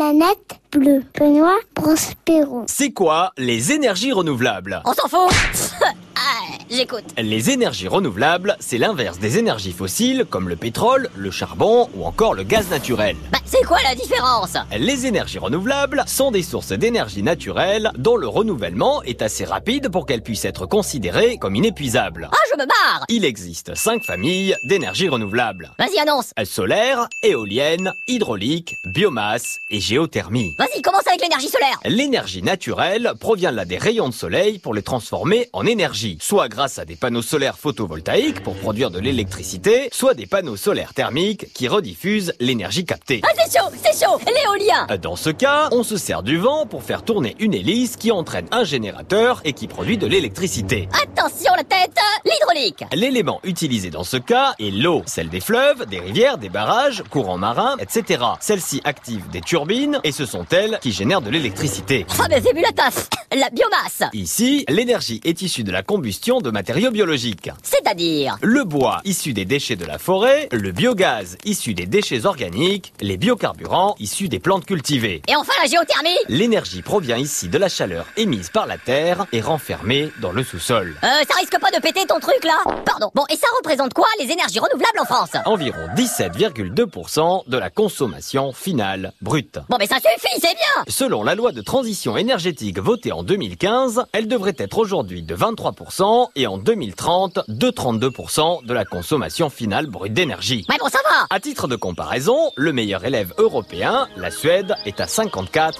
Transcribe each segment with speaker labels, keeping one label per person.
Speaker 1: Planète bleue. Benoît Prospero.
Speaker 2: C'est quoi les énergies renouvelables
Speaker 3: On s'en fout Ah, J'écoute.
Speaker 2: Les énergies renouvelables, c'est l'inverse des énergies fossiles comme le pétrole, le charbon ou encore le gaz naturel.
Speaker 3: Bah, c'est quoi la différence Ah,
Speaker 2: Les énergies renouvelables sont des sources d'énergie naturelle dont le renouvellement est assez rapide pour qu'elles puissent être considérées comme inépuisables.
Speaker 3: Ah, je me barre
Speaker 2: Il existe cinq familles d'énergies renouvelables.
Speaker 3: Vas-y, annonce
Speaker 2: Solaire, éolienne, hydraulique, biomasse et géothermie.
Speaker 3: Vas-y, commence avec l'énergie solaire
Speaker 2: L'énergie naturelle provient là des rayons de soleil pour les transformer en énergie, soit grâce à des panneaux solaires photovoltaïques pour produire de l'électricité, soit des panneaux solaires thermiques qui rediffusent l'énergie captée.
Speaker 3: Ah, c'est chaud, c'est chaud L'éolien
Speaker 2: Dans ce cas, on se sert du vent pour faire tourner une hélice qui entraîne un générateur et qui produit de l'électricité.
Speaker 3: Attention la tête L'hydraulique
Speaker 2: L'élément utilisé dans ce cas est l'eau, celle des fleuves, des rivières, des barrages, courants marins, etc. Celles-ci activent des turbines et ce sont elles qui génèrent de l'électricité.
Speaker 3: Ah, mais c'est vu la taf La biomasse
Speaker 2: Ici, l'énergie est issue de la combustion de matériaux biologiques.
Speaker 3: C'est-à-dire
Speaker 2: Le bois issu des déchets de la forêt, le biogaz issu des déchets organiques, les biocarburants issus des plantes cultivées.
Speaker 3: Et enfin la géothermie
Speaker 2: L'énergie provient ici de la chaleur émise par la terre et renfermée dans le sous-sol.
Speaker 3: Euh, ça risque pas de péter ton truc là Pardon. Bon, et ça représente quoi les énergies renouvelables en France
Speaker 2: Environ 17,2% de la consommation finale brute.
Speaker 3: Bon, mais ça suffit, c'est bien
Speaker 2: Selon la loi de transition énergétique votée en 2015, elle devrait être aujourd'hui de 23% et en 2030 de 32% de la consommation finale brute d'énergie.
Speaker 3: Ouais, bon, ça va
Speaker 2: À titre de comparaison, le meilleur élève européen, la Suède, est à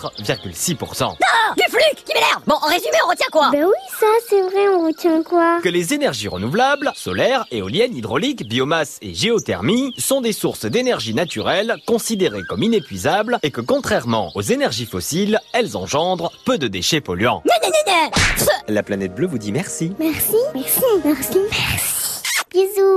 Speaker 2: 54,6%.
Speaker 3: Ah, Du fluc qui m'énerve Bon, en résumé, on retient quoi
Speaker 1: Ben oui, ça, c'est vrai, on retient quoi
Speaker 2: Que les énergies renouvelables, solaires, éoliennes, hydrauliques, biomasse et géothermie, sont des sources d'énergie naturelle considérées comme inépuisables et que contrairement aux énergies fossiles, elles engendrent peu de déchets polluants.
Speaker 3: Gna, gna, gna, gna.
Speaker 2: La planète bleue vous dit merci.
Speaker 1: Merci, merci, merci, merci. Bisous.